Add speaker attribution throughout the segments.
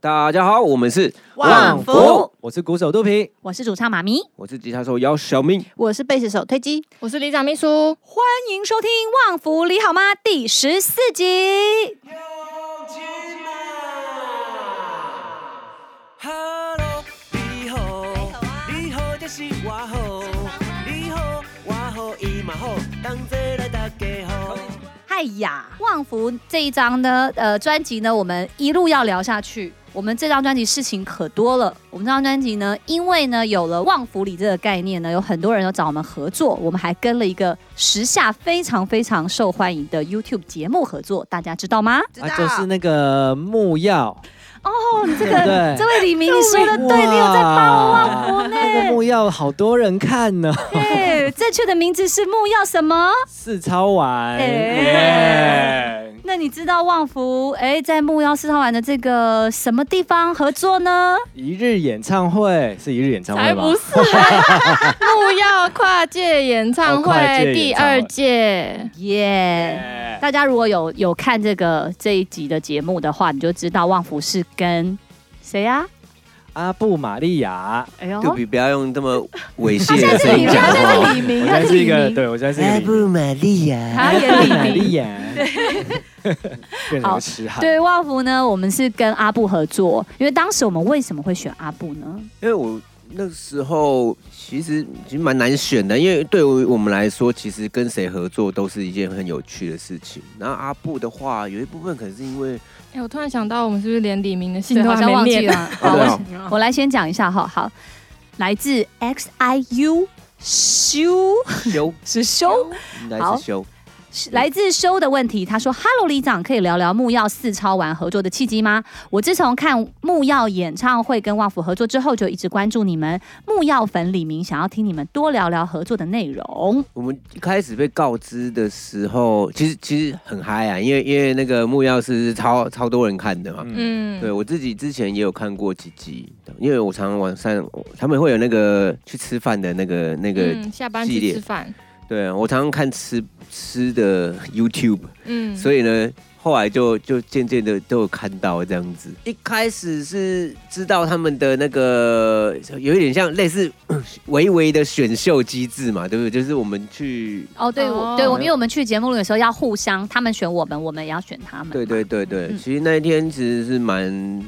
Speaker 1: 大家好，我们是
Speaker 2: 旺福
Speaker 1: 我是鼓手肚皮，
Speaker 2: 我是主唱妈咪，
Speaker 1: 我是吉他手姚小明。
Speaker 2: 我是贝斯手推机，
Speaker 3: 我是李长秘书，
Speaker 2: 欢迎收听《旺福你好吗》第十四集。
Speaker 4: Hello，你好，
Speaker 2: 哎
Speaker 4: 你好就是我好，你好我好伊嘛好，同齐来大家好。
Speaker 2: 哎呀，旺福这一张呢，呃，专辑呢，我们一路要聊下去。我们这张专辑事情可多了。我们这张专辑呢，因为呢有了旺福里这个概念呢，有很多人都找我们合作，我们还跟了一个时下非常非常受欢迎的 YouTube 节目合作，大家知道吗？
Speaker 3: 知
Speaker 5: 啊，就是那个木曜，
Speaker 2: 哦，你这
Speaker 5: 对不
Speaker 2: 个
Speaker 5: 对
Speaker 2: 这位李明，你说的对，你有在啊帮旺福呢。
Speaker 5: 那个木曜好多人看呢，
Speaker 2: 对，正确的名字是木曜什么？
Speaker 5: 四超完，
Speaker 2: 哎那你知道旺福哎在木曜四号玩的这个什么地方合作呢？
Speaker 5: 一日演唱会是一日演唱会
Speaker 3: 才
Speaker 5: 吧？
Speaker 3: 不是，啊 木曜跨界演唱
Speaker 5: 哦跨界
Speaker 3: 会第
Speaker 5: 演唱会
Speaker 3: 二届，
Speaker 2: 耶、
Speaker 5: 哎
Speaker 2: 大家如果有有看这个这一集的节目的话，你就知道旺福是跟谁啊呀、
Speaker 5: 阿布玛利亚，
Speaker 2: 哎呦，
Speaker 1: 肚皮不要用这么猥亵的
Speaker 2: 是
Speaker 1: 声音
Speaker 2: 李明，
Speaker 1: 讲
Speaker 2: 他现在是
Speaker 1: 话。
Speaker 2: 李
Speaker 5: 我
Speaker 2: 明，
Speaker 5: 现
Speaker 2: 他
Speaker 5: 在
Speaker 2: 是
Speaker 5: 是一
Speaker 2: 李
Speaker 5: 个，
Speaker 2: 明，
Speaker 5: 对我现在是一个李
Speaker 4: 玛利亚，
Speaker 2: 他演
Speaker 5: 阿布
Speaker 2: 李
Speaker 5: 玛
Speaker 2: 明。
Speaker 5: 利 亚，变成
Speaker 2: 好
Speaker 5: 个痴汉，
Speaker 2: 对旺福呢，我们是跟阿布合作，因为当时我们为什么会选阿布呢？
Speaker 1: 因为我那时候其实其实蛮难选的，因为对于我们来说，其实跟谁合作都是一件很有趣的事情。然后阿布的话，有一部分可能是因为
Speaker 3: 哎，我突然想到，我们是不是连李明的
Speaker 2: 对，
Speaker 3: 姓都
Speaker 2: 好
Speaker 3: 还
Speaker 2: 像
Speaker 3: 没
Speaker 2: 忘记
Speaker 3: 念？
Speaker 2: 了。哦好，
Speaker 1: 对
Speaker 2: 我
Speaker 1: 啊
Speaker 2: 我来先讲一下哈，好，来自 XIU 修
Speaker 1: 修，
Speaker 2: 是修，
Speaker 1: 应该
Speaker 2: 好
Speaker 1: 是修。
Speaker 2: 是来自修的问题，他说：“Hello，李长，可以聊聊木曜四超玩合作的契机吗？我自从看木曜演唱会跟旺福合作之后，就一直关注你们。木曜粉李明想要听你们多聊聊合作的内容。
Speaker 1: 我们一开始被告知的时候，其实其实很嗨啊，因为因为那个木曜是超超多人看的嘛。
Speaker 5: 嗯，
Speaker 3: 嗯，
Speaker 1: 对我自己之前也有看过几集，因为我常常晚上他们会有那个去吃饭的那个那个，
Speaker 3: 嗯，下班
Speaker 1: 系列
Speaker 3: 去吃饭，
Speaker 1: 对啊我常常看吃吃的 YouTube，、
Speaker 3: 嗯，
Speaker 1: 所以呢，后来就就渐渐的都有看到这样子。一开始是知道他们的那个有一点像类似 微微的选秀机制嘛，对不对？就是我们去
Speaker 2: 哦，对，
Speaker 3: 哦
Speaker 2: 我对，我因为我们去节目的时候要互相，他们选我们，我们也要选他们。
Speaker 1: 对对对对，
Speaker 2: 嗯
Speaker 1: 其实那一天其实是蛮，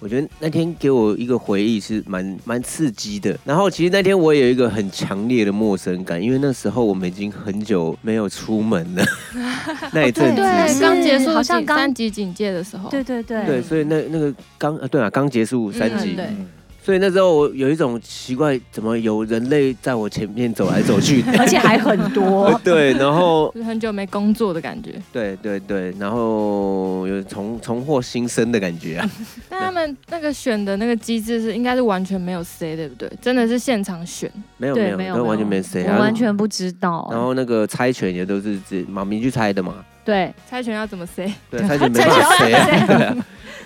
Speaker 1: 我觉得那天给我一个回忆是蛮蛮刺激的。然后其实那天我有一个很强烈的陌生感，因为那时候我们已经很久没有出门 了，那一阵子。
Speaker 3: 对，刚结
Speaker 2: 是
Speaker 3: 束
Speaker 2: 好像
Speaker 3: 警
Speaker 2: 刚
Speaker 3: 三级警戒的时候，
Speaker 2: 对对对
Speaker 1: 对，所以那那个刚呃对啊，刚结束三级，
Speaker 3: 嗯对
Speaker 5: 嗯
Speaker 1: 所以那时候我有一种奇怪，怎么有人类在我前面走来走去的？。
Speaker 2: 而且还很多
Speaker 1: 对，然后
Speaker 3: 就是很久没工作的感觉。
Speaker 1: 对对对，然后有重重获新生的感
Speaker 2: 嗯
Speaker 1: 觉啊！
Speaker 3: 但他们那个选的那个机制是应该是完全没有 C 对不对？真的是现场选，
Speaker 1: 没有
Speaker 2: 对
Speaker 1: 没有，
Speaker 2: 没有
Speaker 1: 都完全
Speaker 2: 没
Speaker 1: 没谁
Speaker 2: 我
Speaker 1: 啊，
Speaker 2: 完全不知道。
Speaker 1: 然后那个猜拳也都是自妈咪去猜的嘛，
Speaker 2: 对，
Speaker 3: 猜拳要怎么 C？
Speaker 1: 对，猜拳没办法谁啊， 对啊。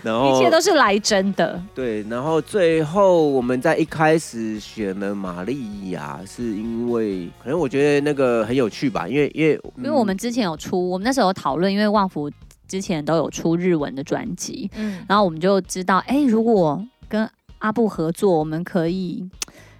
Speaker 1: 然
Speaker 2: 一
Speaker 1: 后
Speaker 2: 切都是来真的。
Speaker 1: 对，然后最后我们在一开始选了玛利亚，是因为可能我觉得那个很有趣吧，因为因为因
Speaker 2: 因为我们之前有出，我们那时候有讨论，因为旺福之前都有出日文的专辑，
Speaker 3: 嗯，
Speaker 2: 然后我们就知道，哎，如果跟阿布合作，我们可以。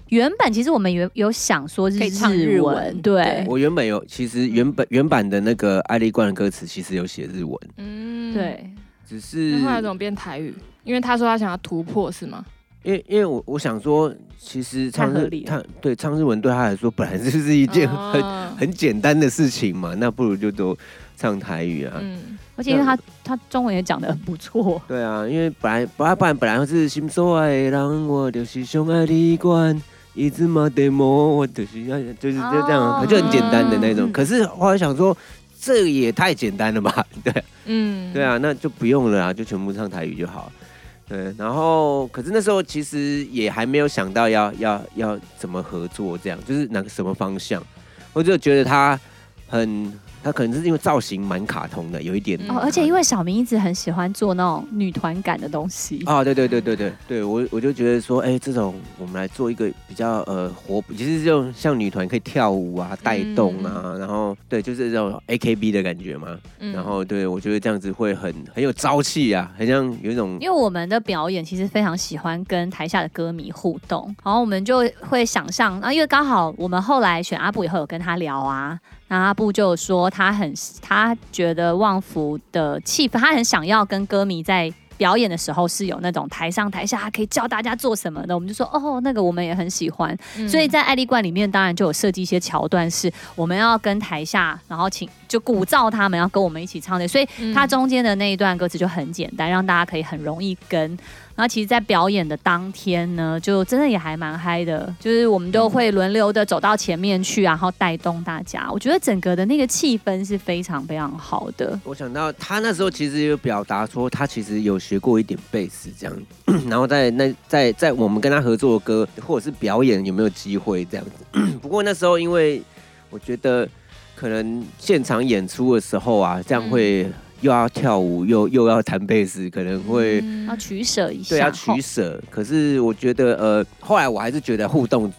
Speaker 2: 原本其实我们有有想说是
Speaker 6: 可以唱
Speaker 2: 日
Speaker 6: 日文
Speaker 2: 文，
Speaker 6: 对
Speaker 2: 对
Speaker 1: 嗯我原本有其实原本原版的那个爱丽冠的歌词其实有写日文，
Speaker 3: 嗯，。
Speaker 2: 对，
Speaker 1: 只是
Speaker 3: 那后来怎么变台语？因为他说他想要突破是吗？
Speaker 1: 因为因为我我想说，其实唱
Speaker 2: 太
Speaker 1: 日
Speaker 2: 合理了
Speaker 1: 唱对唱日文对他来说本来就是一件很、
Speaker 3: 哦
Speaker 1: 很简单的事情嘛，那不如就都唱台语啊。
Speaker 3: 嗯，
Speaker 2: 而且因为他他中文也讲的很不错，
Speaker 1: 对啊，因为本来不然不然本来是心所爱的人，我就是想爱你管，一直嘛得摸，我就是要就是就这样，啊
Speaker 2: 哦
Speaker 1: 就很简单的那种。
Speaker 2: 嗯
Speaker 1: 可是后来想说，这也太简单了吧？对
Speaker 3: 嗯，
Speaker 1: 对，啊，那就不用了啊，就全部唱台语就好了。对，然后可是那时候其实也还没有想到要要要怎么合作，这样就是哪个什么方向，我就觉得他很他他可能是因为造型蛮卡通的，有一点。
Speaker 3: 嗯
Speaker 2: 哦，而且因为小明一直很喜欢做那种女团感的东西，
Speaker 1: 啊，对对对对对对，我我就觉得说，哎、这种我们来做一个比较呃活，也是这种像女团可以跳舞啊、带动啊，然后对，就是这种 A K B 的感觉嘛。
Speaker 3: 嗯
Speaker 1: 然后对我觉得这样子会很很有朝气啊，很像有一种
Speaker 2: 因为我们的表演其实非常喜欢跟台下的歌迷互动，然后我们就会想象，啊，因为刚好我们后来选阿布以后有跟他聊啊，那阿布就有说他很他觉得旺福的气氛，他很想要跟歌迷在。表演的时候是有那种台上台下，他可以教大家做什么的，我们就说哦，那个我们也很喜欢。
Speaker 3: 嗯
Speaker 2: 所以在爱丽冠里面，当然就有设计一些桥段，是我们要跟台下，然后请就鼓噪他们要跟我们一起唱的，所以
Speaker 3: 嗯
Speaker 2: 它中间的那一段歌词就很简单，让大家可以很容易跟。然后其实，在表演的当天呢，就真的也还蛮嗨的，就是我们都会轮流的走到前面去，然后带动大家。我觉得整个的那个气氛是非常非常好的。
Speaker 1: 我想到他那时候其实有表达说，他其实有学过一点贝斯这样，然后在那在在我们跟他合作的歌或者是表演有没有机会这样子。 不过那时候因为我觉得可能现场演出的时候啊，这样会又要跳舞又又要弹贝斯，可能嗯会。
Speaker 3: 嗯
Speaker 2: 要取舍一下，
Speaker 1: 对啊，取舍。可是我觉得，呃，后来我还是觉得互动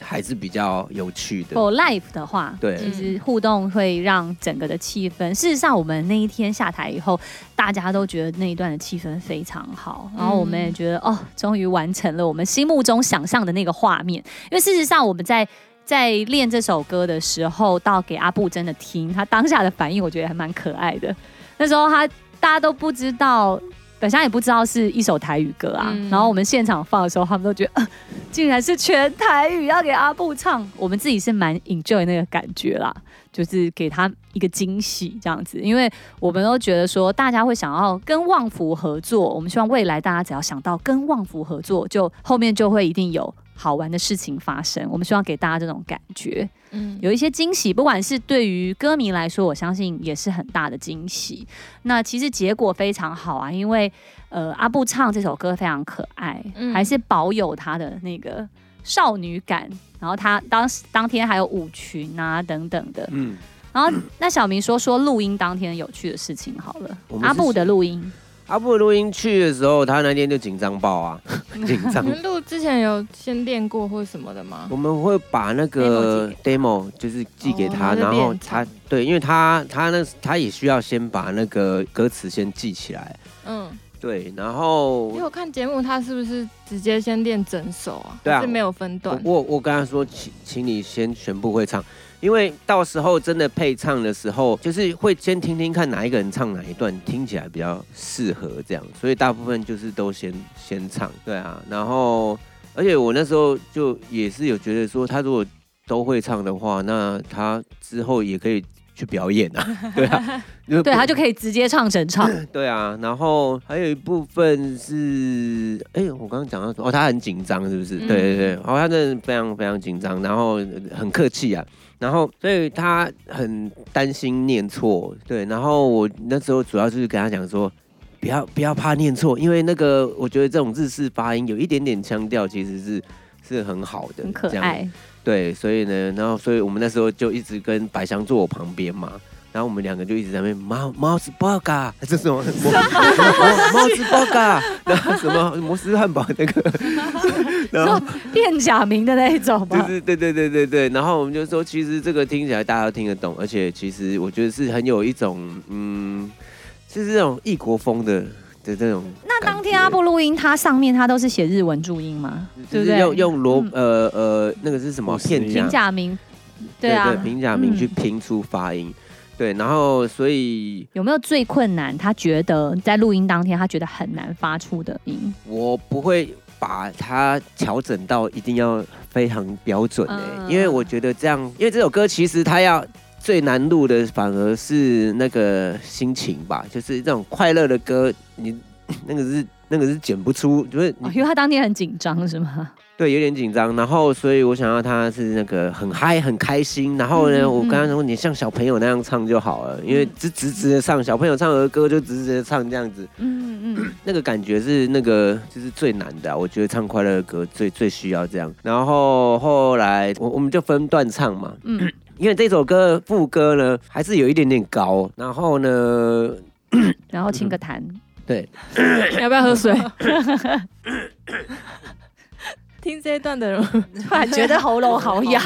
Speaker 1: 还是比较有趣的。
Speaker 2: For life 哦的话，
Speaker 1: 对
Speaker 2: 其实互动会让整个的气氛。事实上，我们那一天下台以后，大家都觉得那一段的气氛非常好，然后我们也觉得、哦，终于完成了我们心目中想象的那个画面。因为事实上，我们在在练这首歌的时候，到给阿布真的听，他当下的反应，我觉得还蛮可爱的。那时候他大家都不知道。本身也不知道是一首台语歌啊，
Speaker 3: 嗯
Speaker 2: 然后我们现场放的时候，他们都觉得、 呃竟然是全台语要给阿布唱，我们自己是蛮 enjoy 那个感觉啦，就是给他一个惊喜这样子，因为我们都觉得说大家会想要跟旺福合作，我们希望未来大家只要想到跟旺福合作，就后面就会一定有好玩的事情发生，我们希望给大家这种感觉。
Speaker 3: 嗯
Speaker 2: 有一些惊喜，不管是对于歌迷来说，我相信也是很大的惊喜。那其实结果非常好啊，因为呃，阿布唱这首歌非常可爱，
Speaker 3: 嗯
Speaker 2: 还是保有他的那个少女感。然后他当时当天还有舞裙啊等等的。
Speaker 1: 嗯，
Speaker 2: 然后那小明说说录音当天有趣的事情好了
Speaker 1: 我，们是
Speaker 2: 阿布的录音，
Speaker 1: 阿布录音去的时候，他那天就紧张爆啊， 紧张
Speaker 3: 你。们录之前有先练过或什么的吗？
Speaker 1: 我们会把那个 demo 就是寄给他，
Speaker 3: 哦
Speaker 1: 然后
Speaker 3: 练
Speaker 1: 他
Speaker 3: 唱
Speaker 1: 对，因为他他那他也需要先把那个歌词先记起来，
Speaker 3: 嗯，
Speaker 1: 对，然
Speaker 3: 因
Speaker 1: 后
Speaker 3: 为我看节目，他是不是直接先练整首啊？
Speaker 1: 对啊
Speaker 3: 还是没有分段。
Speaker 1: 我我跟他说，请请你先全部会唱，因为到时候真的配唱的时候，就是会先听听看哪一个人唱哪一段，听起来比较适合这样，所以大部分就是都先先唱，对啊，然后而且我那时候就也是有觉得说，他如果都会唱的话，那他之后也可以去表演啊， 对啊，对
Speaker 2: 对他就可以直接唱整场。
Speaker 1: 对啊，然后还有一部分是，哎、我刚刚讲到说，哦，他很紧张，是不是？
Speaker 3: 嗯
Speaker 1: 对对对，然、后他真的非常非常紧张，然后呃很客气啊，然后所以他很担心念错，对，然后我那时候主要就是跟他讲说。不要不要怕念错，因为那个我觉得这种日式发音有一点点腔调，其实是是很好的，
Speaker 2: 很可
Speaker 1: 这样
Speaker 2: 爱，
Speaker 1: 对，所以呢，然后所以我们那时候就一直跟白香坐我旁边嘛，然后我们两个就一直在那边猫猫子包嘎， 这是什么？摩摩猫子包嘎，然后什么摩斯汉堡那 个，然后
Speaker 2: 说变假名的那一种吧
Speaker 1: 就。是对对对对对，然后我们就说，其实这个听起来大家都听得懂，而且其实我觉得是很有一种嗯，就是这种异国风的的这种感觉。
Speaker 2: 那当天阿布录音，它上面它都是写日文注音吗？
Speaker 1: 就
Speaker 2: 对不
Speaker 1: 是
Speaker 2: 对？嗯
Speaker 1: 用用罗呃呃那个是什么
Speaker 5: 不是
Speaker 1: 片
Speaker 2: 平
Speaker 1: 假
Speaker 2: 假名，对啊，
Speaker 1: 对平假名去
Speaker 2: 嗯
Speaker 1: 拼出发音，对，然后所以
Speaker 2: 有没有最困难？他觉得在录音当天，他觉得很难发出的音，
Speaker 1: 我不会把它调整到一定要非常标准诶、
Speaker 2: 嗯
Speaker 1: 因为我觉得这样，因为这首歌其实它要最难录的反而是那个心情吧，就是这种快乐的歌，你 那个是那个是剪不出，就是你
Speaker 2: 哦因为他当天很紧张，是吗？
Speaker 1: 对有点紧张，然后所以我想要它是那个很嗨很开心，然后呢，
Speaker 3: 嗯嗯嗯
Speaker 1: 我刚刚说你像小朋友那样唱就好了，因为直直直的唱，小朋友唱儿歌就直直的唱这样子。
Speaker 2: 嗯嗯
Speaker 1: 那个感觉是那个就是最难的、啊，我觉得唱快乐的歌最最需要这样。然后后来我我们就分段唱嘛，
Speaker 2: 嗯，
Speaker 1: 因为这首歌副歌呢还是有一点点高，然后呢，
Speaker 2: 然后清个痰。
Speaker 1: 对，
Speaker 3: 要不要 喝水？听这一段的人，
Speaker 2: 突然觉得喉咙好痒，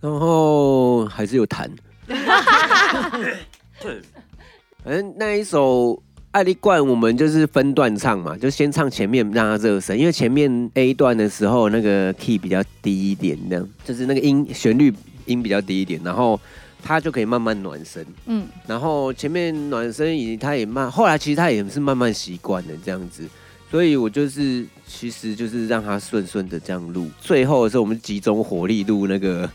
Speaker 1: 然后还是有弹。反正那一首《爱丽冠》，我们就是分段唱嘛，就先唱前面让它热身，因为前面 A 段的时候那个 key 比较低一点，这样就是那个音旋律音比较低一点，然后它就可以慢慢暖身。
Speaker 2: 嗯，
Speaker 1: 然后前面暖身椅他也慢，后来其实他也是慢慢习惯的这样子，所以我就是其实就是让他顺顺的这样录，最后的时候我们集中火力录那个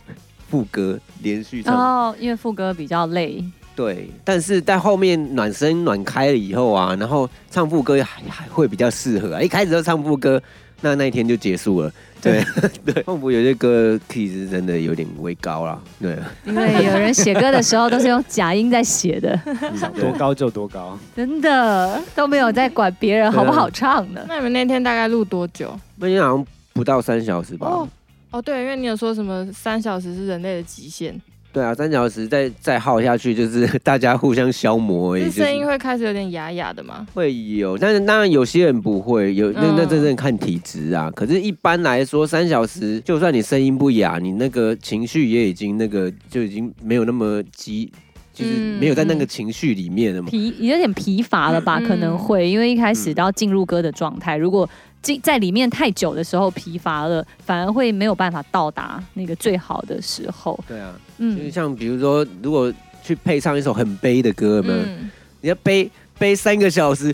Speaker 1: 副歌，连续
Speaker 2: 然
Speaker 1: 唱。
Speaker 2: 后哦因为副歌比较累，
Speaker 1: 对，但是在后面暖身暖开了以后啊，然后唱副歌还还会比较适合啊。一开始就唱副歌，那那一天就结束了。对 对，放福有些歌 key 是真的有点微高啦。对，
Speaker 2: 因为有人写歌的时候都是用假音在写的，
Speaker 5: 想嗯多高就多高，
Speaker 2: 真的都没有在管别人好不好唱的。
Speaker 3: 那你们那天大概录多久？
Speaker 1: 那天好像不到三小时吧。
Speaker 3: 哦哦，对，因为你有说什么三小时是人类的极限，
Speaker 1: 对啊，三小时再再耗下去，就是 大家互相消磨而已，
Speaker 3: 是
Speaker 1: 就
Speaker 3: 声音
Speaker 1: 是
Speaker 3: 会开始有点哑哑的吗？
Speaker 1: 会有。但是当然有些人不会，有那
Speaker 3: 嗯
Speaker 1: 那真正看体质啊。可是，一般来说，三小时就算你声音不哑，你那个情绪也已经那个就已经没有那么激，就是
Speaker 3: 嗯
Speaker 1: 没有在那个
Speaker 3: 嗯
Speaker 1: 情绪里面了嘛。
Speaker 2: 疲有点疲乏了吧？
Speaker 3: 嗯
Speaker 2: 可能会，因为一开始
Speaker 1: 嗯
Speaker 2: 到进入歌的状态，如果进在里面太久的时候疲乏了，反而会没有办法到达那个最好的时候。
Speaker 1: 对啊，就是
Speaker 2: 嗯，
Speaker 1: 像比如说，如果去配唱一首很悲的歌，有没有？
Speaker 3: 嗯，
Speaker 1: 你要悲悲三个小时，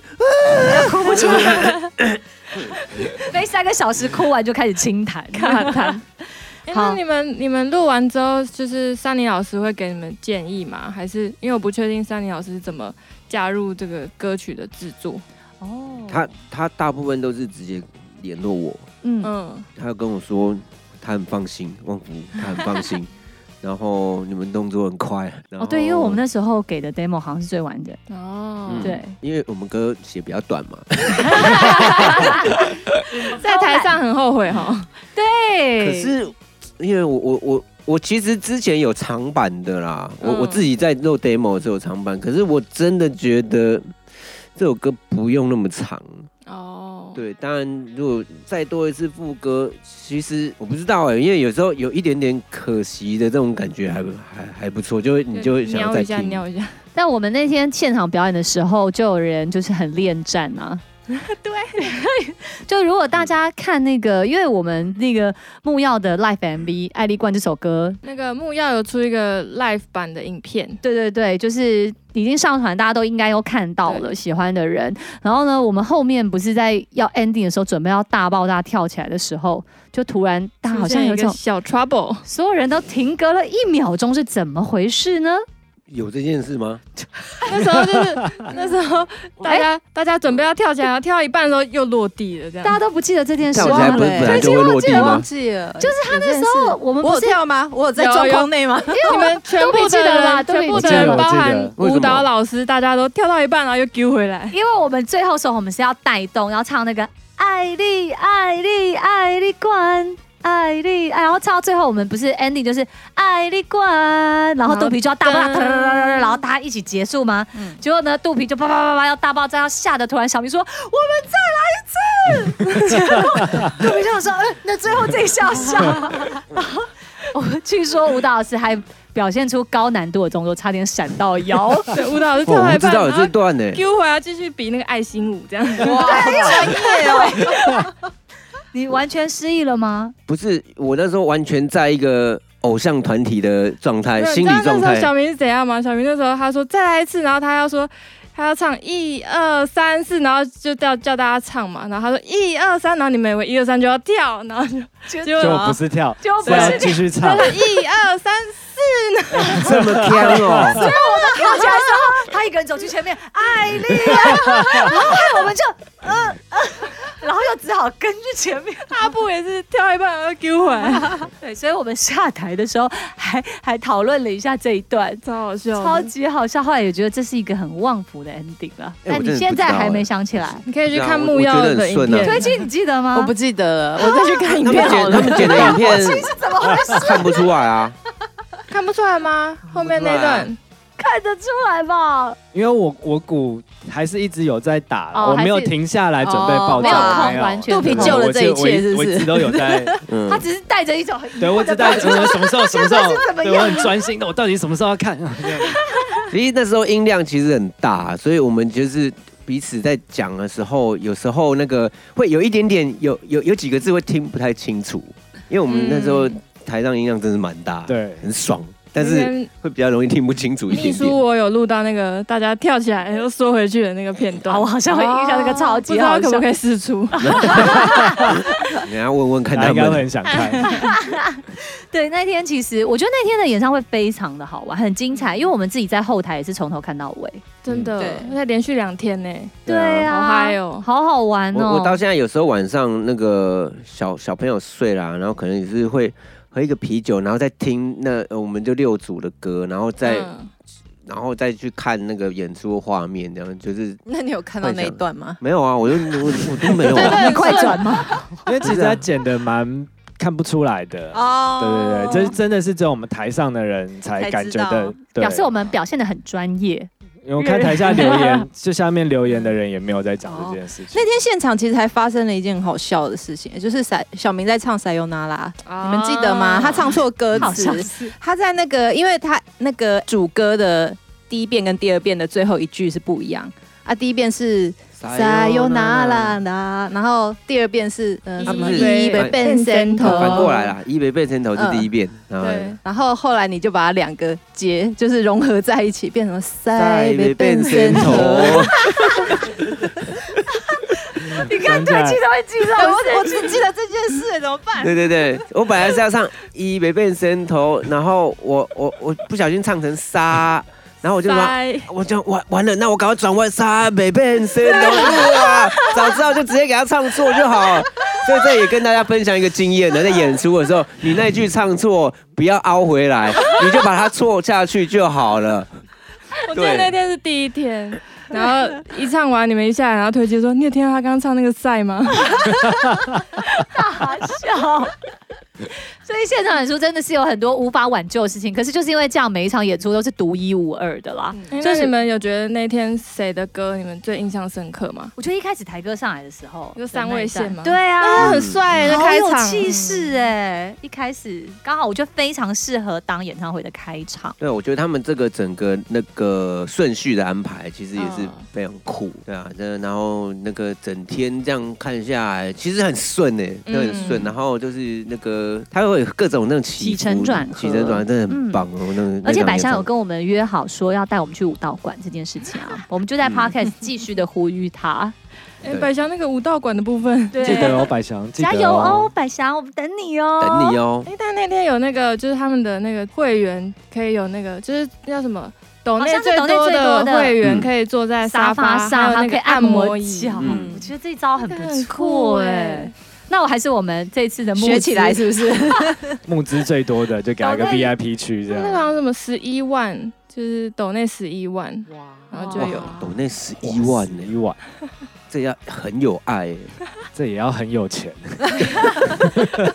Speaker 2: 哭不出来，飞三个小时哭完就开始清痰，看痰。
Speaker 3: 哎、
Speaker 2: 好
Speaker 3: 那你们你们录完之后，就是山林老师会给你们建议吗？还是因为我不确定山林老师是怎么加入这个歌曲的制作？
Speaker 2: 哦，
Speaker 1: 他他大部分都是直接联络我。
Speaker 2: 嗯，
Speaker 3: 嗯，
Speaker 1: 他就跟我说他很放心，旺福他很放 心，然后你们动作很快。然后
Speaker 2: 哦对，因为我们那时候给的 demo 好像是最完整的，
Speaker 3: 哦，
Speaker 1: 嗯
Speaker 2: 对，
Speaker 1: 因为我们歌写比较短嘛，
Speaker 3: 在台上很后悔哈，
Speaker 2: 对，
Speaker 1: 可是因为我我我我其实之前有长版的啦，我、
Speaker 3: 嗯
Speaker 1: 我自己在做 demo 的时候有长版，可是我真的觉得这首歌不用那么长。
Speaker 3: 哦，，
Speaker 1: 对，当然如果再多一次副歌，其实我不知道哎、因为有时候有一点点可惜的这种感觉还不还还不错，就会你就会想要
Speaker 3: 瞄
Speaker 1: 再
Speaker 3: 一下，
Speaker 1: 听。
Speaker 3: 瞄一下，
Speaker 2: 但我们那天现场表演的时候，就有人就是很恋战 啊。对， 就如果大家看那个，因为我们那个木曜的 Life MV《爱丽冠》这首歌，
Speaker 3: 那个木曜有出一个 live 版的影片，
Speaker 2: 对对对，就是已经上传，大家都应该都看到了，
Speaker 3: 对
Speaker 2: 喜欢的人。然后呢，我们后面不是在要 ending 的时候，准备要大爆炸跳起来的时候，就突然大家好像有
Speaker 3: 出现
Speaker 2: 种
Speaker 3: 一个 小 trouble，
Speaker 2: 所有人都停格了一秒钟，是怎么回事呢？
Speaker 1: 有这件事吗？
Speaker 3: 那时候就是那时候大家、大家准备要跳起来，然后跳一半的时候又落地了，这
Speaker 2: 大家
Speaker 3: 样。
Speaker 2: 都不记得这件事
Speaker 1: 跳起来
Speaker 2: 了
Speaker 1: 不是。本来就会落地
Speaker 6: 忘
Speaker 1: 吗？
Speaker 6: 记了，
Speaker 2: 就是他那时候，我们
Speaker 6: 我
Speaker 2: 不
Speaker 6: 有
Speaker 2: 是
Speaker 6: 跳吗？我有在
Speaker 3: 有
Speaker 6: 状
Speaker 3: 有
Speaker 6: 况内吗？
Speaker 3: 你们全部
Speaker 2: 都记
Speaker 3: 的
Speaker 2: 得啦
Speaker 3: 人，
Speaker 2: 都
Speaker 3: 全部
Speaker 2: 记
Speaker 3: 的
Speaker 5: 得
Speaker 3: 人，
Speaker 5: 我记得
Speaker 3: 包
Speaker 5: 我
Speaker 3: 含
Speaker 1: 记得
Speaker 3: 舞蹈老师，大家都跳到一半，然后又丢回来。
Speaker 2: 因为我们最后时候我们是要带动，要唱那个爱丽爱丽爱丽冠。爱丽，哎，然后唱到最后，我们不是 ending 就是爱丽冠，然后肚皮就要大爆炸，
Speaker 3: 然后
Speaker 2: 哒哒哒哒哒然后大家一起结束吗？
Speaker 6: 嗯
Speaker 2: 结果呢，肚皮就叭叭叭叭要大爆炸，要吓得突然小明说我们再来一次， 结果肚皮就说，哎，那最后这一下下， 然后我们据说舞蹈老师还表现出高难度的动作，差点闪到腰。
Speaker 3: 对，舞蹈老师
Speaker 1: 哦
Speaker 3: 跳
Speaker 1: 我
Speaker 3: 到一
Speaker 1: 不知
Speaker 3: 半，
Speaker 1: 道有
Speaker 3: 然后
Speaker 1: 这段呢、
Speaker 3: 丢回来继续比那个爱心舞 这样。
Speaker 6: 哇，好专业哦！
Speaker 2: 你完全失忆了吗？
Speaker 1: 不是，我那时候完全在一个偶像团体的状态，
Speaker 3: 你
Speaker 1: 心
Speaker 3: 知
Speaker 1: 理
Speaker 3: 道那
Speaker 1: 状
Speaker 3: 时候
Speaker 1: 态。
Speaker 3: 小明是怎样吗？小明那时候他说再来一次，然后他要说他要唱一二三四，然后就叫叫大家唱嘛，然后他说一二三，然后你们以为一二三就要跳，然后就结
Speaker 5: 就
Speaker 3: 果
Speaker 5: 不是跳，
Speaker 2: 啊就不
Speaker 5: 是要
Speaker 2: 是
Speaker 5: 继续
Speaker 3: 他
Speaker 5: 唱
Speaker 3: 说。一二三
Speaker 1: 这么强哦、
Speaker 2: 跳起来之后，他一个人走去前面，艾丽，啊 然后我们就呃呃，然后又只好跟去前面。
Speaker 3: 阿布也是跳一半然后丢回来，
Speaker 2: 对，所以我们下台的时候还还讨论了一下这一段。
Speaker 3: 超好笑的。
Speaker 2: 超级好笑，后来也觉得这是一个很旺福的 ending 了。
Speaker 1: 哎我
Speaker 2: 但
Speaker 1: 真
Speaker 2: 你
Speaker 1: 的
Speaker 2: 现
Speaker 1: 不知道
Speaker 2: 在还
Speaker 1: 哎
Speaker 2: 没想起来？
Speaker 3: 你可以去看
Speaker 1: 我
Speaker 3: 木曜
Speaker 1: 我觉得
Speaker 3: 的
Speaker 1: 很
Speaker 3: 影
Speaker 1: 顺啊
Speaker 3: 片，
Speaker 2: 推荐你记得吗？哎
Speaker 6: 我不记得了，我再去看影
Speaker 1: 他们
Speaker 6: 片
Speaker 1: 剪
Speaker 6: 好
Speaker 1: 他
Speaker 6: 了。
Speaker 1: 们剪的影片
Speaker 2: 是怎么回事？
Speaker 1: 看不出来啊，
Speaker 3: 看不出来吗？后面那段
Speaker 2: 看得出来吧？
Speaker 5: 因为我我鼓还是一直有在打啦，
Speaker 2: 哦
Speaker 5: 我没有
Speaker 2: 还是哦
Speaker 5: 停下来准备爆
Speaker 2: 没有
Speaker 5: 炸，
Speaker 2: 空，完全
Speaker 6: 肚皮
Speaker 2: 没有
Speaker 6: 救
Speaker 5: 我
Speaker 6: 了
Speaker 5: 一
Speaker 6: 这一切是不
Speaker 5: 我一
Speaker 6: 是
Speaker 5: 直都有在，
Speaker 1: 嗯
Speaker 2: 他，只是带着一种很
Speaker 5: 对我一直在，我什么时候什么时候
Speaker 2: 是怎，么
Speaker 5: 对
Speaker 2: 样
Speaker 5: 我很专心的，我到底什么时候要看？这样
Speaker 1: 其实那时候音量其实很大，所以我们就是彼此在讲的时候，有时候那个会有一点点有有有几个字会听不太清楚，因为我们那时候台上音量真是蛮大，，
Speaker 5: 对，
Speaker 1: 很爽，但是
Speaker 3: 那
Speaker 1: 会比较容易听不清楚一
Speaker 3: 边秘
Speaker 1: 点
Speaker 3: 书
Speaker 1: 点。
Speaker 3: 我有录到那个大家跳起来又缩回去的那个片段，啊
Speaker 2: 啊我好像会印象那个超级
Speaker 3: 不知道
Speaker 2: 好笑
Speaker 3: 可不可以 试出？
Speaker 1: 你要问问看
Speaker 5: 大家
Speaker 1: 他
Speaker 5: 应该会
Speaker 1: 们，
Speaker 5: 很想看。
Speaker 2: 对，那天其实我觉得那天的演唱会非常的好玩，很精彩，因为我们自己在后台也是从头看到尾。
Speaker 3: 真的
Speaker 6: 对，
Speaker 3: 那连续两天呢，
Speaker 1: 对啊
Speaker 3: 好嗨哦
Speaker 2: 好好玩哦！
Speaker 1: 我我到现在有时候晚上那个小小朋友睡啦，然后可能也是会喝一个啤酒，然后再听那呃我们就六组的歌，然后再、
Speaker 3: 嗯
Speaker 1: 然后再去看那个演出画面，这样就是
Speaker 6: 那你有看到那一段吗？
Speaker 1: 没有啊，我就我我都没有、
Speaker 3: 对
Speaker 1: 啊。
Speaker 3: 对
Speaker 6: 你快转吗？
Speaker 5: 因为其实他剪的蛮看不出来的。对
Speaker 6: 哦
Speaker 5: 对对，这真的是只有我们台上的人才
Speaker 6: 才
Speaker 5: 感觉
Speaker 6: 知道
Speaker 5: 的。对
Speaker 2: 表，示我们表现的很专业，
Speaker 5: 因为我看台下留言，就下面留言的人也没有在讲这件事情
Speaker 6: 那。天现场其实还发生了一件很好笑的事情，就是小小明在唱《塞尤那拉》，
Speaker 3: 啊
Speaker 6: 你们记得吗？他唱错歌
Speaker 2: 好像
Speaker 6: 词，
Speaker 2: 是
Speaker 6: 他在那个，因为他那个主歌的第一遍跟第二遍的最后一句是不一样啊，第一遍是塞尤那拉啦，然后第二遍是呃
Speaker 3: 伊
Speaker 6: 什么
Speaker 1: 贝
Speaker 6: 伊贝变身头，
Speaker 1: 啊反过来啦，一北变成头是第一遍，然后
Speaker 3: 对，
Speaker 6: 然后后来你就把两个节就是融合在一起，变成塞
Speaker 1: 再
Speaker 6: 北
Speaker 1: 变
Speaker 6: 变
Speaker 1: 成
Speaker 6: 身
Speaker 1: 头
Speaker 6: 头。，
Speaker 2: 你看
Speaker 5: 真的啊
Speaker 2: 对记都会记
Speaker 6: 哎
Speaker 2: 到
Speaker 6: 我我只记得这件事，怎么 办？
Speaker 1: 对对对，我本来是要唱一北变身头，然后我我我不小心唱成沙，然后我就说。
Speaker 3: 拜
Speaker 1: 我就完完了，那我赶快转弯，沙北变身头 啊！早知道就直接给他唱错就好。所以这也跟大家分享一个经验呢，在演出的时候，你那句唱错不要凹回来，你就把它错下去就好了。
Speaker 3: 我记得那天是第一天，然后一唱完你们一下来，然后推荐说：“你有听到他刚刚唱那个 赛吗
Speaker 2: 大笑。所以现场演出真的是有很多无法挽救的事情，可是就是因为这样，每一场演出都是独一无二的啦。？”
Speaker 3: 就是你们有觉得那天谁的歌你们最印象深刻吗？
Speaker 2: 我觉得一开始台歌上来的时候，
Speaker 3: 就三位线吗
Speaker 2: 对啊，
Speaker 3: 啊，很帅，就
Speaker 2: 好
Speaker 3: 开
Speaker 2: 有
Speaker 3: 场
Speaker 2: 气势哎！一开始刚好，我觉得非常适合当演唱会的开场。
Speaker 1: 对，我觉得他们这个整个那个顺序的安排，其实也
Speaker 2: 嗯
Speaker 1: 是非常酷，对啊，这然后那个整天这样看下来，其实很顺诶，
Speaker 3: 嗯
Speaker 1: 都很顺。然后就是那个，它会有各种那种起
Speaker 2: 起
Speaker 1: 伏
Speaker 2: 承转合嗯
Speaker 1: 起承转合真的很棒哦。那个，
Speaker 2: 而且
Speaker 1: 那场
Speaker 2: 百香有
Speaker 1: 演唱
Speaker 2: 跟我们约好说要带我们去武道馆这件事情 啊，我们就在 podcast 继续的呼吁他，
Speaker 3: 哎，百祥那个武道馆的部分。
Speaker 2: 对
Speaker 5: 记得哦，百祥，记得
Speaker 2: 加油哦，。百祥，我们等你哦，
Speaker 1: 等你哦，
Speaker 3: 哎，但那天有那个，就是他们的那个会员可以有那个，就是叫什么？抖内
Speaker 2: 像是
Speaker 3: 最
Speaker 2: 抖内
Speaker 3: 多
Speaker 2: 最多
Speaker 3: 的
Speaker 2: 的
Speaker 3: 会员
Speaker 1: 嗯
Speaker 3: 可以坐在
Speaker 2: 沙
Speaker 3: 发
Speaker 2: 发上
Speaker 3: 还有
Speaker 2: 还
Speaker 3: 那
Speaker 2: 可以
Speaker 3: 个
Speaker 2: 按摩
Speaker 3: 椅，
Speaker 2: 脚，
Speaker 1: 嗯
Speaker 2: 我觉得这招很
Speaker 3: 那个
Speaker 2: 不
Speaker 3: 很
Speaker 2: 错
Speaker 3: 酷
Speaker 2: 哎
Speaker 3: 哎。
Speaker 2: 那我还是我们这次的募
Speaker 6: 学
Speaker 2: 资
Speaker 6: 起来是不是？
Speaker 5: 募资最多的就给他个
Speaker 2: 搞那
Speaker 5: VIP 区这
Speaker 3: 那个好
Speaker 5: 样。
Speaker 3: 像什么十一万，就是抖内十一万，
Speaker 6: 哇！
Speaker 3: 然后就
Speaker 1: 哇
Speaker 3: 有。
Speaker 1: 抖那十一万呢，
Speaker 5: 一万，
Speaker 1: 这要很有爱欸耶，
Speaker 5: 这也要很有钱。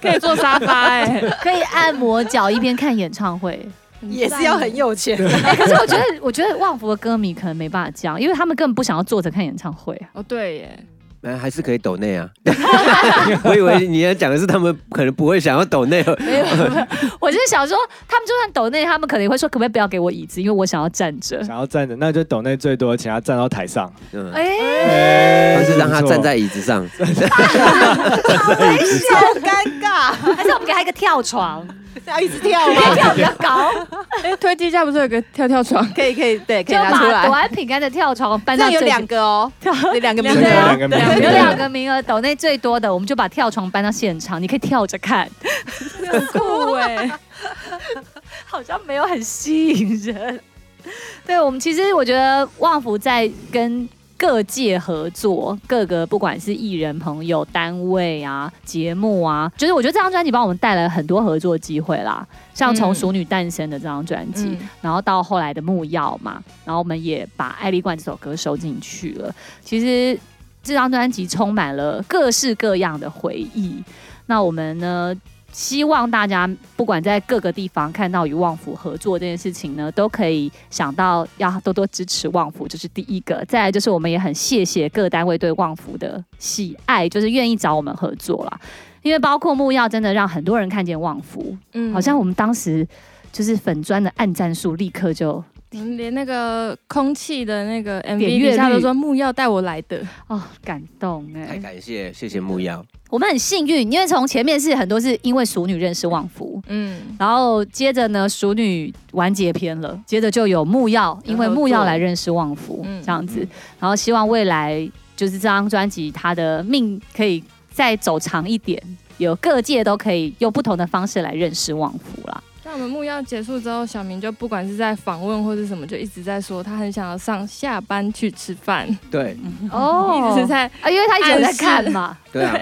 Speaker 3: 可以坐沙发 哎、
Speaker 2: 可以按摩脚一边看演唱 会。
Speaker 6: 也是要很有钱，
Speaker 2: 哎可是我觉得，我觉得旺福的歌迷可能没办法这样，因为他们根本不想要坐着看演唱会啊。
Speaker 3: 哦，对耶，
Speaker 1: 哎，还是可以抖内啊。 我以为你要讲的是他们可能不会想要抖内，哦
Speaker 2: 没有， 我就是想说，他们就算抖内，他们可能也会说，可不可以不要给我椅子，因为我想要站着。
Speaker 5: 想要站着，那就抖内最多，请他站到台上，
Speaker 1: 嗯，
Speaker 2: 哎、
Speaker 5: 但
Speaker 1: 但是让他站在椅子上，
Speaker 6: 好尴尬，
Speaker 2: 还是我们给他一个跳床，
Speaker 6: 要一直跳啊
Speaker 2: 可以
Speaker 6: 吗？
Speaker 2: 跳比较 高，
Speaker 3: 哎、推机架不是有个跳跳床？
Speaker 6: 可以可以，对，可
Speaker 2: 就
Speaker 6: 以拿出
Speaker 2: 把
Speaker 6: 来
Speaker 2: 躲。安饼干的跳床搬
Speaker 6: 这
Speaker 2: 到
Speaker 6: 样
Speaker 2: 最
Speaker 6: 有两个哦，有两个名
Speaker 5: 有
Speaker 6: 额，
Speaker 5: 两个名
Speaker 3: 对
Speaker 5: 额，
Speaker 2: 有两个名额，抖内最多的，我们就把跳床搬到现场，你可以跳着看，
Speaker 3: 很酷哎、
Speaker 2: 好像没有很吸引人。对我们，其实我觉得旺福在跟各界合作，各个不管是艺人朋友、单位啊、节目啊，就是我觉得这张专辑帮我们带来很多合作机会啦，像从《
Speaker 3: 嗯
Speaker 2: 熟女诞生》的这张专辑，
Speaker 3: 嗯，
Speaker 2: 然后到后来的木曜嘛，然后我们也把《爱丽冠》这首歌收进去了。其实这张专辑充满了各式各样的回忆。那我们呢，希望大家不管在各个地方看到与旺福合作这件事情呢，都可以想到要多多支持旺福，这、是第一个。再来就是我们也很谢谢各单位对旺福的喜爱，就是愿意找我们合作啦。因为包括木曜真的让很多人看见旺福，
Speaker 3: 嗯
Speaker 2: 好像我们当时就是粉砖的暗战术立刻就
Speaker 3: 我们嗯连那个空气的那个 MV
Speaker 2: 点阅
Speaker 3: 底下
Speaker 2: 率
Speaker 3: 都说木曜带我来的，
Speaker 2: 哦感动哎、
Speaker 1: 太感谢，谢谢木曜。
Speaker 2: 我们很幸运，因为从前面是很多是因为熟女认识旺福，
Speaker 3: 嗯，
Speaker 2: 然后接着呢，熟女完结篇了，接着就有木曜，因为木曜来认识旺福
Speaker 3: 嗯
Speaker 2: 这样子，然后希望未来就是这张专辑它的命可以再走长一点，有各界都可以用不同的方式来认识旺福啦。
Speaker 3: 那我们木曜结束之后，小明就不管是在访问或是什么，就一直在说他很想要上下班去吃饭，
Speaker 1: 对
Speaker 2: 哦
Speaker 3: 一直在。
Speaker 2: 啊，因为 他一直有在
Speaker 3: 暗示
Speaker 2: 看嘛。
Speaker 1: 对啊，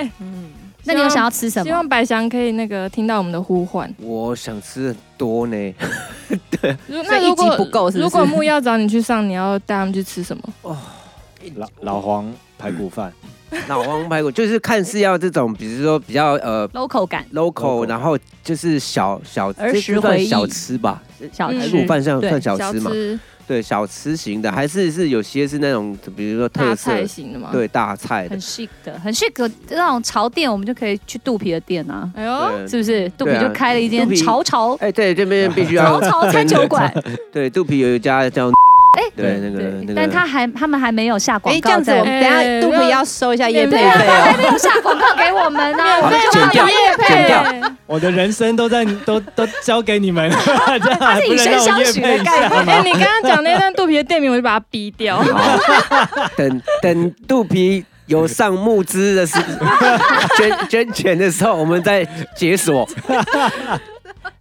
Speaker 2: 那你有想要吃什
Speaker 3: 希望
Speaker 2: 么？
Speaker 3: 百祥可以那个听到我们的呼唤。
Speaker 1: 我想吃很多呢。
Speaker 3: 如
Speaker 6: 所以
Speaker 3: 那
Speaker 6: 一
Speaker 3: 如
Speaker 6: 集
Speaker 3: 果
Speaker 6: 不够是不是
Speaker 3: 如果木曜找你去上，你要带他们去吃什么？
Speaker 5: 老老黄排骨饭，
Speaker 1: 老王排骨就是看似要这种，比如说比较呃
Speaker 2: local 感
Speaker 1: local，
Speaker 5: local
Speaker 1: 然后就是小小
Speaker 6: 儿
Speaker 1: 这
Speaker 6: 时
Speaker 1: 这算
Speaker 6: 回忆
Speaker 1: 小吃吧，
Speaker 2: 小
Speaker 3: 嗯
Speaker 1: 排
Speaker 2: 吃
Speaker 1: 骨饭算
Speaker 6: 对
Speaker 1: 算小吃嘛，
Speaker 3: 吃
Speaker 1: 对，小吃型的，还是是有些是那种比如说
Speaker 3: 大
Speaker 1: 特色
Speaker 3: 菜，型的吗？。
Speaker 1: 对大菜的
Speaker 2: 很，chic 的，很 chic 的那种潮店，我们就可以去肚皮的店啊，
Speaker 3: 哎呦，
Speaker 1: 对啊
Speaker 2: 是不是？肚皮就开了一间
Speaker 1: 肚皮
Speaker 2: 潮潮
Speaker 1: 哎，对，这边必须要
Speaker 2: 潮潮餐酒馆，
Speaker 1: 对，肚皮有一家叫
Speaker 2: 哎
Speaker 1: 对那个那个，
Speaker 2: 但他还他们还没有下广
Speaker 6: 哎，这
Speaker 2: 告
Speaker 6: 样子我
Speaker 2: 在，
Speaker 6: 们等
Speaker 3: 哎
Speaker 6: 下肚皮要收一下叶配
Speaker 3: 免
Speaker 6: 费
Speaker 2: 他还
Speaker 6: 哦。
Speaker 2: 没有下广告给我们呢，我们就
Speaker 1: 剪掉
Speaker 2: 要业
Speaker 3: 哎
Speaker 1: 剪
Speaker 2: 配
Speaker 1: 掉。
Speaker 5: 我的人生都在 都都交给你们了， 这样还
Speaker 2: 是
Speaker 5: 不
Speaker 2: 以
Speaker 5: 能
Speaker 2: 身
Speaker 5: 让我
Speaker 2: 相
Speaker 5: 夜
Speaker 2: 许
Speaker 5: 配
Speaker 2: 的
Speaker 5: 一
Speaker 2: 概
Speaker 5: 下
Speaker 2: 念。
Speaker 3: 哎，你刚刚讲那段肚皮的店名，我就把它逼掉。
Speaker 1: 好等等肚皮有上募资的时 捐捐钱的时候，我们再解锁。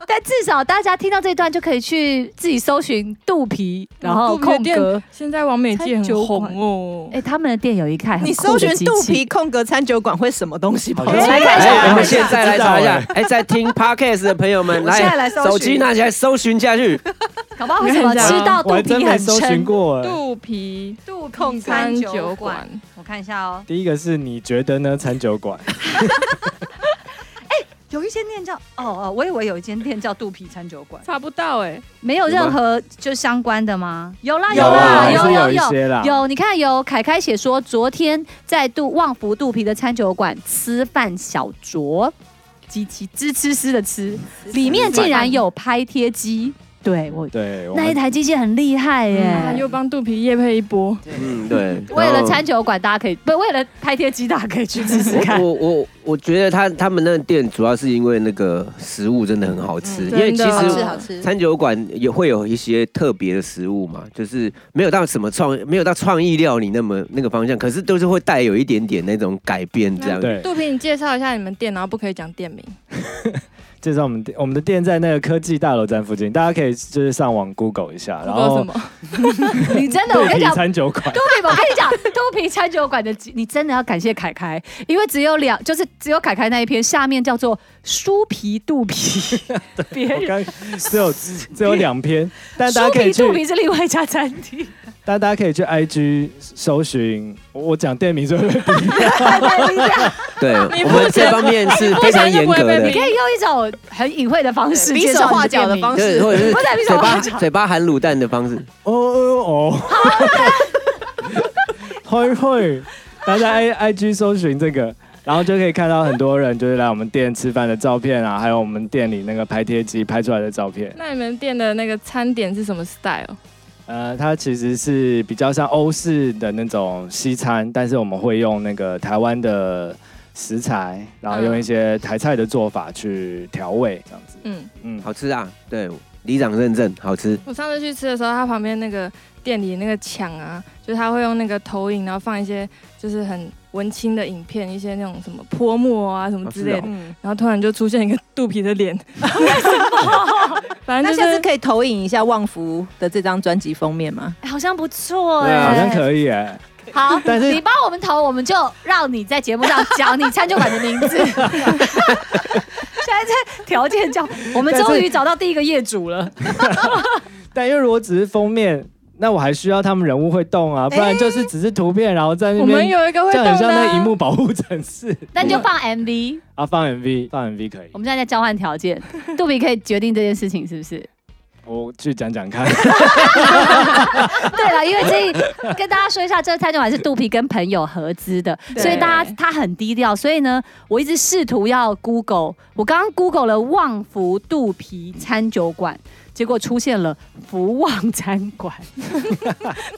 Speaker 2: 但至少大家听到这段就可以去自己搜寻肚皮，然后
Speaker 3: 哦肚皮的
Speaker 2: 空格
Speaker 3: 店。现在王美记很红哦。
Speaker 2: 哎，他们的店有一看，
Speaker 6: 你搜寻肚皮空格餐酒馆会什么东西跑出
Speaker 5: 好
Speaker 6: 来？
Speaker 2: 来
Speaker 5: 像
Speaker 2: 看一下
Speaker 1: 哎，我
Speaker 2: 看
Speaker 1: 们
Speaker 2: 一下
Speaker 1: 现在来查一下
Speaker 5: 知。
Speaker 1: 哎，在听 podcast 的朋友们，
Speaker 6: 我现在来搜寻
Speaker 1: 手机拿起来搜寻下去。
Speaker 2: 搞不好为什么
Speaker 3: 你看一
Speaker 2: 吃
Speaker 3: 下
Speaker 2: 到肚
Speaker 5: 我还真
Speaker 2: 皮
Speaker 5: 没
Speaker 2: 很
Speaker 5: 搜寻
Speaker 2: 撑？
Speaker 5: 过哎。
Speaker 3: 肚皮
Speaker 2: 肚皮
Speaker 6: 控
Speaker 3: 餐酒馆，
Speaker 2: 我看一下哦，
Speaker 5: 第一个是你觉得呢？餐酒 馆，
Speaker 2: 有一间店叫哦哦，我以为有一间店叫肚皮餐酒馆，
Speaker 3: 查不到哎，
Speaker 2: 没有任
Speaker 1: 有吗
Speaker 2: 何就相关的吗？有啦
Speaker 6: 有
Speaker 2: 啦
Speaker 6: 啊
Speaker 5: 还
Speaker 2: 有
Speaker 5: 是有一
Speaker 2: 有
Speaker 5: 些啦。
Speaker 2: 有，你看有凯凯写说，昨天在肚旺福肚皮的餐酒馆吃饭小酌，鸡鸡吱吱吱的吃，里面竟然有拍贴机，对我
Speaker 5: 对，我
Speaker 2: 那一
Speaker 5: 们
Speaker 2: 台机器很厉害耶。
Speaker 3: 啊又帮肚皮夜配一波。
Speaker 1: 嗯，对。
Speaker 2: 为
Speaker 1: 然
Speaker 2: 了
Speaker 1: 后
Speaker 2: 餐酒馆，大家可以不为了拍贴机，大家可以去试试 看。
Speaker 1: 我我我我觉得他他们那个店主要是因为那个食物真的很好吃，
Speaker 3: 嗯
Speaker 1: 因为其
Speaker 3: 真的
Speaker 6: 好
Speaker 1: 实
Speaker 6: 吃好吃，
Speaker 1: 餐酒馆也会有一些特别的食物嘛，就是没有到什么创，没有到创意料理那么那个方向，可是都是会带有一点点那种改变这样。
Speaker 5: 嗯对
Speaker 3: 肚皮，你介绍一下你们店，然后不可以讲店名。
Speaker 5: 介绍我们店我们的店在那个科技大楼站附近，大家可以就是上网 Google 一下，然
Speaker 3: 不知道什
Speaker 5: 后
Speaker 3: 么？
Speaker 2: 你真的，
Speaker 5: 肚
Speaker 2: 我跟你
Speaker 5: 皮
Speaker 2: 讲，
Speaker 5: 餐酒馆
Speaker 2: 肚皮，我跟你讲，肚皮餐酒馆的鸡，你真的要感谢凯凯，因为只有两，就是只有凯凯那一篇，下面叫做酥皮肚皮，别
Speaker 5: 我
Speaker 2: 人
Speaker 5: 刚只有只有 两篇，但大家
Speaker 2: 酥
Speaker 5: 可以
Speaker 2: 皮
Speaker 5: 去
Speaker 2: 肚，皮是另外一家餐厅，
Speaker 5: 但大家可以去 IG 搜寻，我我讲店名就会 被逼
Speaker 1: 对，我们这方面是非常严格的
Speaker 2: 你，可以用一种很隐晦的方式
Speaker 6: 比
Speaker 2: 介
Speaker 6: 手
Speaker 2: 绍你
Speaker 6: 画脚的
Speaker 2: 店名
Speaker 6: 方
Speaker 1: 对，
Speaker 6: 式，
Speaker 1: 或者是
Speaker 2: 不是比手
Speaker 1: 嘴
Speaker 2: 画
Speaker 1: 巴
Speaker 2: 脚
Speaker 1: 嘴巴含卤蛋的方式。
Speaker 5: 哦哦哦，会会，大家 I I G 搜寻这个，然后就可以看到很多人就是来我们店吃饭的照片啊，还有我们店里那个拍贴机拍出来的照片。
Speaker 3: 那你们店的那个餐点是什么 style？
Speaker 5: 呃，它其实是比较像欧式的那种西餐，但是我们会用那个台湾的食材，然后用一些台菜的做法去调味，这样子。
Speaker 3: 嗯，
Speaker 5: 嗯，
Speaker 1: 好吃啊！对，里长认证好吃。
Speaker 3: 我上次去吃的时候，它旁边那个店里那个墙啊，就是他会用那个投影，然后放一些就是很文青的影片，一些那种什么泼墨啊什么之类的
Speaker 1: 哦是，
Speaker 6: 嗯，
Speaker 3: 然后突然就出现一个肚皮的脸，反
Speaker 6: 那
Speaker 3: 正就
Speaker 6: 下次
Speaker 3: 是
Speaker 6: 可以投影一下旺福的这张专辑封面吗？
Speaker 2: 哎好像不错
Speaker 1: 对啊
Speaker 5: 好像
Speaker 2: 哎。
Speaker 5: 可以哎、
Speaker 2: 好，
Speaker 5: 但是
Speaker 2: 你帮我们投，我们就让你在节目上讲你餐酒馆的名字。现在在条件叫，我们终于找到第一个业主了。
Speaker 5: 但因为如果只是封面，那我还需要他们人物会动啊，不然就是只是图片，然后在那
Speaker 3: 我们
Speaker 5: 边，
Speaker 3: 有一个会
Speaker 5: 这
Speaker 3: 动
Speaker 5: 样
Speaker 3: 的
Speaker 5: 很
Speaker 3: 啊，
Speaker 5: 像那荧幕保护城市
Speaker 2: 那你就放 MV。
Speaker 5: 啊，放 MV，放 MV 可以
Speaker 3: 哦
Speaker 2: 我，们现在在交换条件，杜比可以决定这件事情是不是？
Speaker 5: 我去讲讲看。
Speaker 2: 对啊了，因为这跟大家说一下，这蔡健晚是肚皮跟朋友合资的，
Speaker 3: 对
Speaker 2: 所以大家他很低调，所以呢，我一直试图要 Google，我刚刚 Google 了旺福肚皮餐酒馆，结果出现了福旺餐馆。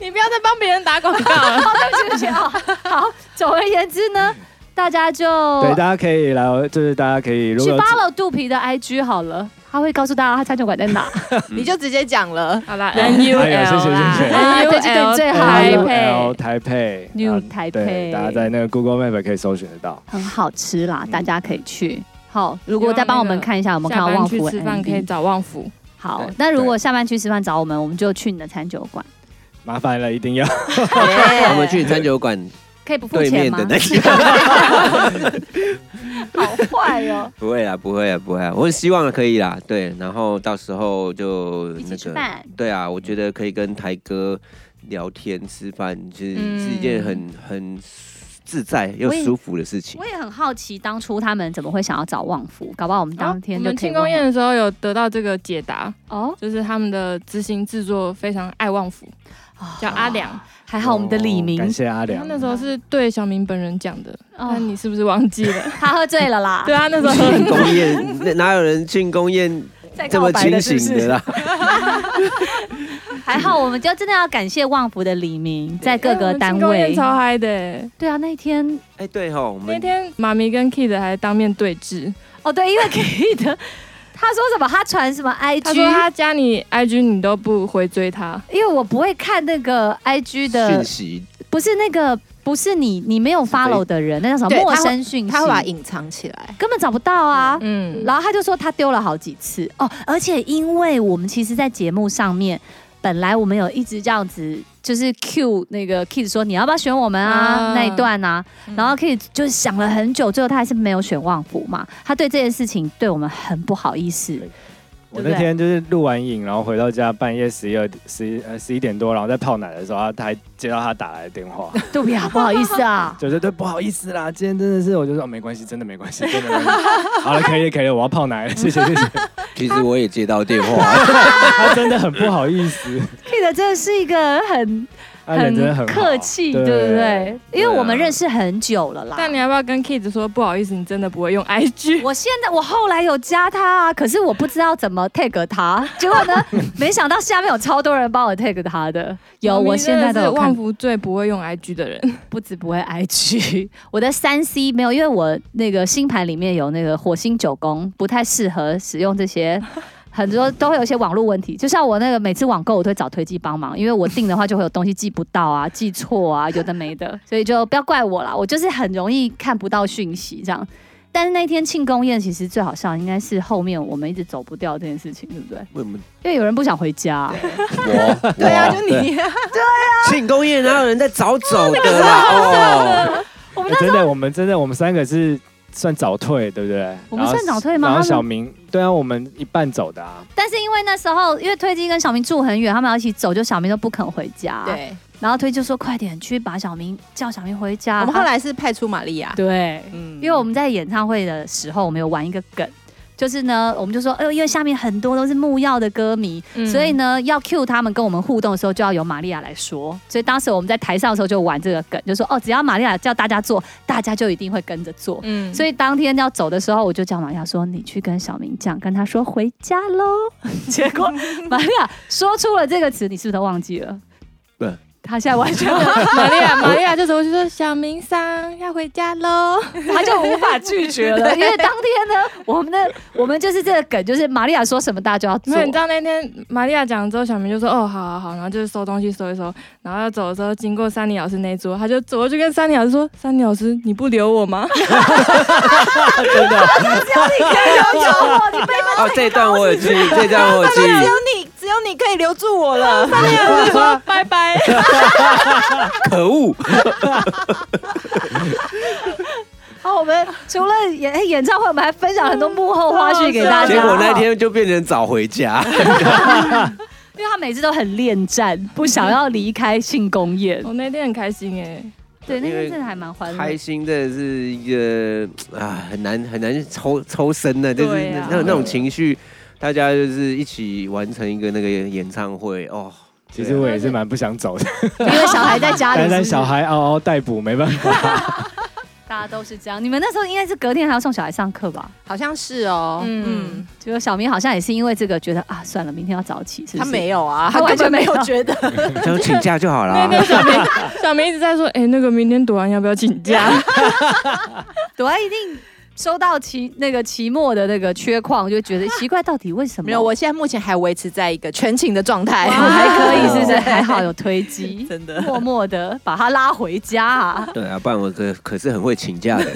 Speaker 3: 你不要再帮别人打广 告了。
Speaker 2: 哦，对不起，对不起，哦，好。总而言之呢，大家就
Speaker 3: 哦
Speaker 5: 对，大家可以来，就是大家可以如
Speaker 2: 去
Speaker 5: 果有
Speaker 2: follow 肚皮的 IG 好了，他会告诉大家他餐酒馆在哪。
Speaker 6: 你就直接讲了。
Speaker 3: 好 啦
Speaker 5: 哎呀
Speaker 3: n U
Speaker 5: 谢
Speaker 3: L
Speaker 5: 谢谢哎谢
Speaker 3: 哎
Speaker 2: 啊对这个最好了
Speaker 3: 台
Speaker 5: L
Speaker 3: 北，
Speaker 5: 台北
Speaker 2: New
Speaker 5: 啊
Speaker 2: 台
Speaker 5: 对
Speaker 2: 北
Speaker 5: 大家在那个 Google Map 可以搜寻得到。
Speaker 2: 很好吃啦，
Speaker 5: 嗯
Speaker 2: 大家可以去。好，如果再帮我们看一下，我们看到
Speaker 3: 下班
Speaker 2: 旺
Speaker 3: 去
Speaker 2: 福哎嗯
Speaker 3: 吃饭可以
Speaker 2: MV。
Speaker 3: 找旺福。
Speaker 2: 好
Speaker 5: 对，
Speaker 2: 那如果下班去吃饭找我们，我们就去你的餐酒馆，
Speaker 5: 麻烦了，一定要
Speaker 1: 我们去餐酒馆
Speaker 2: 可以不哎付
Speaker 1: 对
Speaker 2: 钱
Speaker 1: 面
Speaker 2: 吗
Speaker 1: 的？那个，
Speaker 2: 好坏哦，
Speaker 1: 不会啦，啊不会啦，不会啦，我希望可以啦，对，然后到时候就
Speaker 2: 一
Speaker 1: 那
Speaker 2: 起吃
Speaker 1: 个，
Speaker 2: 饭。
Speaker 1: 对啊，我觉得可以跟台哥聊天吃饭，其实
Speaker 3: 嗯
Speaker 1: 是一件很很自在又
Speaker 2: 我也
Speaker 1: 舒服的事情
Speaker 2: 我。也很好奇，当初他们怎么会想要找旺福？搞不好我们当天
Speaker 3: 我
Speaker 2: 就
Speaker 3: 们
Speaker 2: 可以
Speaker 3: 庆
Speaker 2: 问
Speaker 3: 功
Speaker 2: 他
Speaker 3: 宴的时候有得到这个解答，
Speaker 2: 哦，
Speaker 3: 就是他们的执行制作非常爱旺福，叫阿良。
Speaker 2: 还好我们的李明
Speaker 5: 感谢阿良
Speaker 3: 他。那时候是对小明本人讲的，
Speaker 2: 哦
Speaker 3: 那你是不是忘记 了？
Speaker 2: 他喝醉了啦，
Speaker 3: 对啊，那时候
Speaker 1: 庆功宴那哪有人庆功宴
Speaker 2: 在
Speaker 1: 这
Speaker 2: 告
Speaker 1: 么
Speaker 2: 白
Speaker 1: 清
Speaker 2: 的是不是
Speaker 1: 醒的啦？
Speaker 2: 还好，我们就真的要感谢旺福的李明，在各个单
Speaker 3: 哎庆功宴
Speaker 2: 位。
Speaker 3: 超嗨的欸。
Speaker 2: 对啊，那一天
Speaker 1: 哎，对吼，我
Speaker 3: 那
Speaker 1: 们
Speaker 3: 天妈咪跟 Kid 还当面对峙，
Speaker 2: 哦，对，因为 Kid 他说什么，他传什么 IG，
Speaker 3: 他说他加你 IG 你都不回追他，
Speaker 2: 因为我不会看那个 IG
Speaker 1: 讯
Speaker 2: 的，
Speaker 1: 息
Speaker 2: 不是那个，不是你，你没有 follow 的人，那叫什么
Speaker 6: 对
Speaker 2: 陌生讯息，
Speaker 6: 他会把它隐藏起来。
Speaker 2: 根本找不到啊。
Speaker 3: 嗯，
Speaker 2: 然后他就说他丢了好几次哦，而且因为我们其实，在节目上面，本来我们有一直这样子，就是 Q 那个 Kid 说你要不要选我们啊
Speaker 3: 啊
Speaker 2: 那一段啊，然后 Kid 就是想了很久，最后他还是没有选旺福嘛，他对这件事情对我们很不好意思。
Speaker 5: 我
Speaker 2: 对不
Speaker 5: 那
Speaker 2: 对
Speaker 5: 天就是录完影，然后回到家，半夜十一二十呃十一点多，然后在泡奶的时候，他他还接到他打来的 电话，。
Speaker 2: 对不呀，不好意思啊
Speaker 5: 就说对不好意思啦，今天真的是，我就说、哦没关系，真的 没关系，真的没关系。好了，可以了可以了，我要泡奶了，谢谢谢谢。
Speaker 1: 其实我也接到电 话，
Speaker 5: 他真的很不好意思，
Speaker 2: Kid 真的是一个很
Speaker 5: 他啊人真的很好啊
Speaker 2: 客气，对不对？？因为我们认识很久了啦。
Speaker 3: 但你要不要跟 Kid 说不好意思，你真的不会用 IG？
Speaker 2: 我现在我后来有加他啊，可是我不知道怎么 tag 他，结果呢，没想到下面有超多人帮我 tag 他的，有，
Speaker 3: 妈咪
Speaker 2: 我现在都
Speaker 3: 哦真的
Speaker 2: 有
Speaker 3: 是旺
Speaker 2: 看，
Speaker 3: 福最不会用 IG 的人，
Speaker 2: 不止不会 IG，我 的三 C 没有，因为我那个星盘里面有那个火星九宫，不太适合使用这些。很多都会有一些网络问题，就像我那个每次网购我都会找推机帮忙，因为我订的话就会有东西寄不到啊、寄错啊，有的没的，所以就不要怪我啦，我就是很容易看不到讯息这样。但是那天庆功宴其实最好笑，应该是后面我们一直走不掉这件事情，对不对？
Speaker 1: 为什么
Speaker 2: 因为有人不想回家、
Speaker 1: 我
Speaker 6: 对啊，
Speaker 1: 我
Speaker 6: 就你
Speaker 3: 啊
Speaker 1: 庆功宴哪有人在早走的啦？哦，
Speaker 2: 我们
Speaker 5: 哎真的，我们真的，我们三个是算早退，对不对？
Speaker 2: 我们
Speaker 5: 然后
Speaker 2: 算早退吗
Speaker 5: 然后
Speaker 2: 他们
Speaker 5: 小明，对啊，我们一半走的啊。
Speaker 2: 但是因为那时候，因为推机跟小明住很远，他们要一起走，就小明都不肯回家。，
Speaker 6: 对，
Speaker 2: 然后推机就说：“快点去把小明叫小明回家。”啊
Speaker 6: 我们后来是派出玛利亚，
Speaker 2: 对，
Speaker 6: 嗯
Speaker 2: 因为我们在演唱会的时候，我们有玩一个梗，就是呢，我们就说：“哎呦，因为下面很多都是木曜的歌迷，
Speaker 6: 嗯
Speaker 3: 嗯
Speaker 2: 所以呢，要 cue 他们跟我们互动的时候，就要由玛利亚来说。所以当时我们在台上的时候就玩这个梗，就说：“哦，只要玛利亚叫大家做，大家就一定会跟着做。”
Speaker 3: 嗯
Speaker 2: 所
Speaker 3: 以
Speaker 2: 以当天要走的时候，我就叫玛利亚说：“你去跟小明讲，跟他说回家 喽。”结果玛利亚说出了这个词，你是不是都忘记了？
Speaker 1: 对，
Speaker 2: 他现在完 全没有，
Speaker 3: 玛利亚，玛利亚这时候就说小明桑要回家喽，
Speaker 2: 他就无法拒绝了。因为当天呢，我们的我们就是这个梗，就是玛利亚说什么大家就要做
Speaker 3: 没。有，你知道那天玛利亚讲了之后，小明就说：“哦，好好好。”然后就是收东西收一收，然后要走的时候，经过珊妮老师那一桌，他就走过去跟珊妮老师说：“珊妮老师，你不留我吗
Speaker 1: 哦，这一段我有 记忆，这一段我有记
Speaker 6: 只有
Speaker 1: 忆。
Speaker 6: 你，只有你可以留住我了。？”
Speaker 3: 拜拜。
Speaker 1: 可恶，
Speaker 2: 好，我们除了演哎演唱会，我们还分享很多幕后花絮给大家。
Speaker 1: 结果那天就变成早回家。
Speaker 2: 因为他每次都很恋战，不想要离开庆功宴。
Speaker 3: 我那天很开心哎，
Speaker 2: 对，那
Speaker 1: 因为
Speaker 2: 天真的还蛮欢乐
Speaker 1: 开
Speaker 2: 的。
Speaker 1: 心真的是一个啊，很难很难抽抽身的，就是
Speaker 3: 对
Speaker 1: 那、
Speaker 3: 啊
Speaker 1: 那那种情绪，大家就是一起完成一个那个演唱会哦。
Speaker 5: 其实我也
Speaker 2: 啊
Speaker 5: 是蛮不想走的，
Speaker 6: 因为小孩在家里
Speaker 5: 但是
Speaker 6: 是不是，
Speaker 5: 但小孩嗷嗷待哺，没办 法。
Speaker 2: 大家都是这样。你们那时候应该是隔天还要送小孩上课吧？
Speaker 6: 好像是哦，
Speaker 3: 嗯
Speaker 6: 嗯，
Speaker 2: 结果小明好像也是因为这个觉得啊，算了，明天要早起，是不是？
Speaker 6: 他没有啊，
Speaker 2: 他
Speaker 6: 他
Speaker 2: 完
Speaker 6: 完
Speaker 2: 全
Speaker 6: 全
Speaker 2: 没
Speaker 6: 没
Speaker 2: 有
Speaker 6: 有觉得，
Speaker 1: 你想请假就好了、
Speaker 3: 那天小明小明一直在说，哎，那个明天读完要不要请假？
Speaker 2: 朵啊安一定收到期那个期末的那个缺旷，就觉得奇怪，到底为什么？哎
Speaker 6: 没有。我现在目前还维持在一个全勤的状态，
Speaker 2: 我 还可以，是不是？还好有推机，
Speaker 6: 真的
Speaker 2: 默默的把他拉回家啊。
Speaker 1: 对啊，不然我可可是很会请假的。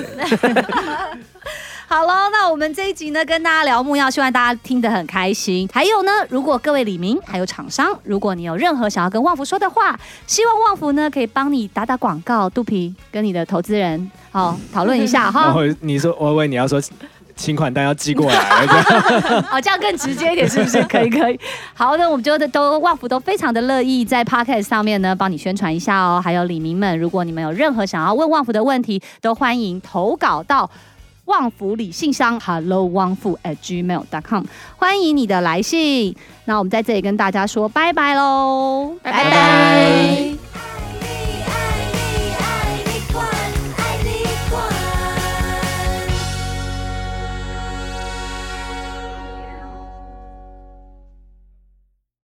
Speaker 2: 好喽，那我们这一集呢，跟大家聊木曜，希望大家听得很开心。还有呢，如果各位李明还有厂商，如果你有任何想要跟旺福说的话，希望旺福呢可以帮你打打广告，肚皮跟你的投资人好讨论一下 哈。
Speaker 5: 我你说，我以为你要说请款单要寄 过来，这样
Speaker 2: 哦，这样更直接一点，是不是？可以，可以。好，那我们就都旺福都非常的乐意在 podcast 上面呢帮你宣传一下哦。还有李明们，如果你们有任何想要问旺福的问题，都欢迎投稿到。旺福里信箱 hello 旺福 at gmail.com，欢迎你的来信。那我们在这里跟大家说拜拜喽，
Speaker 6: 拜拜。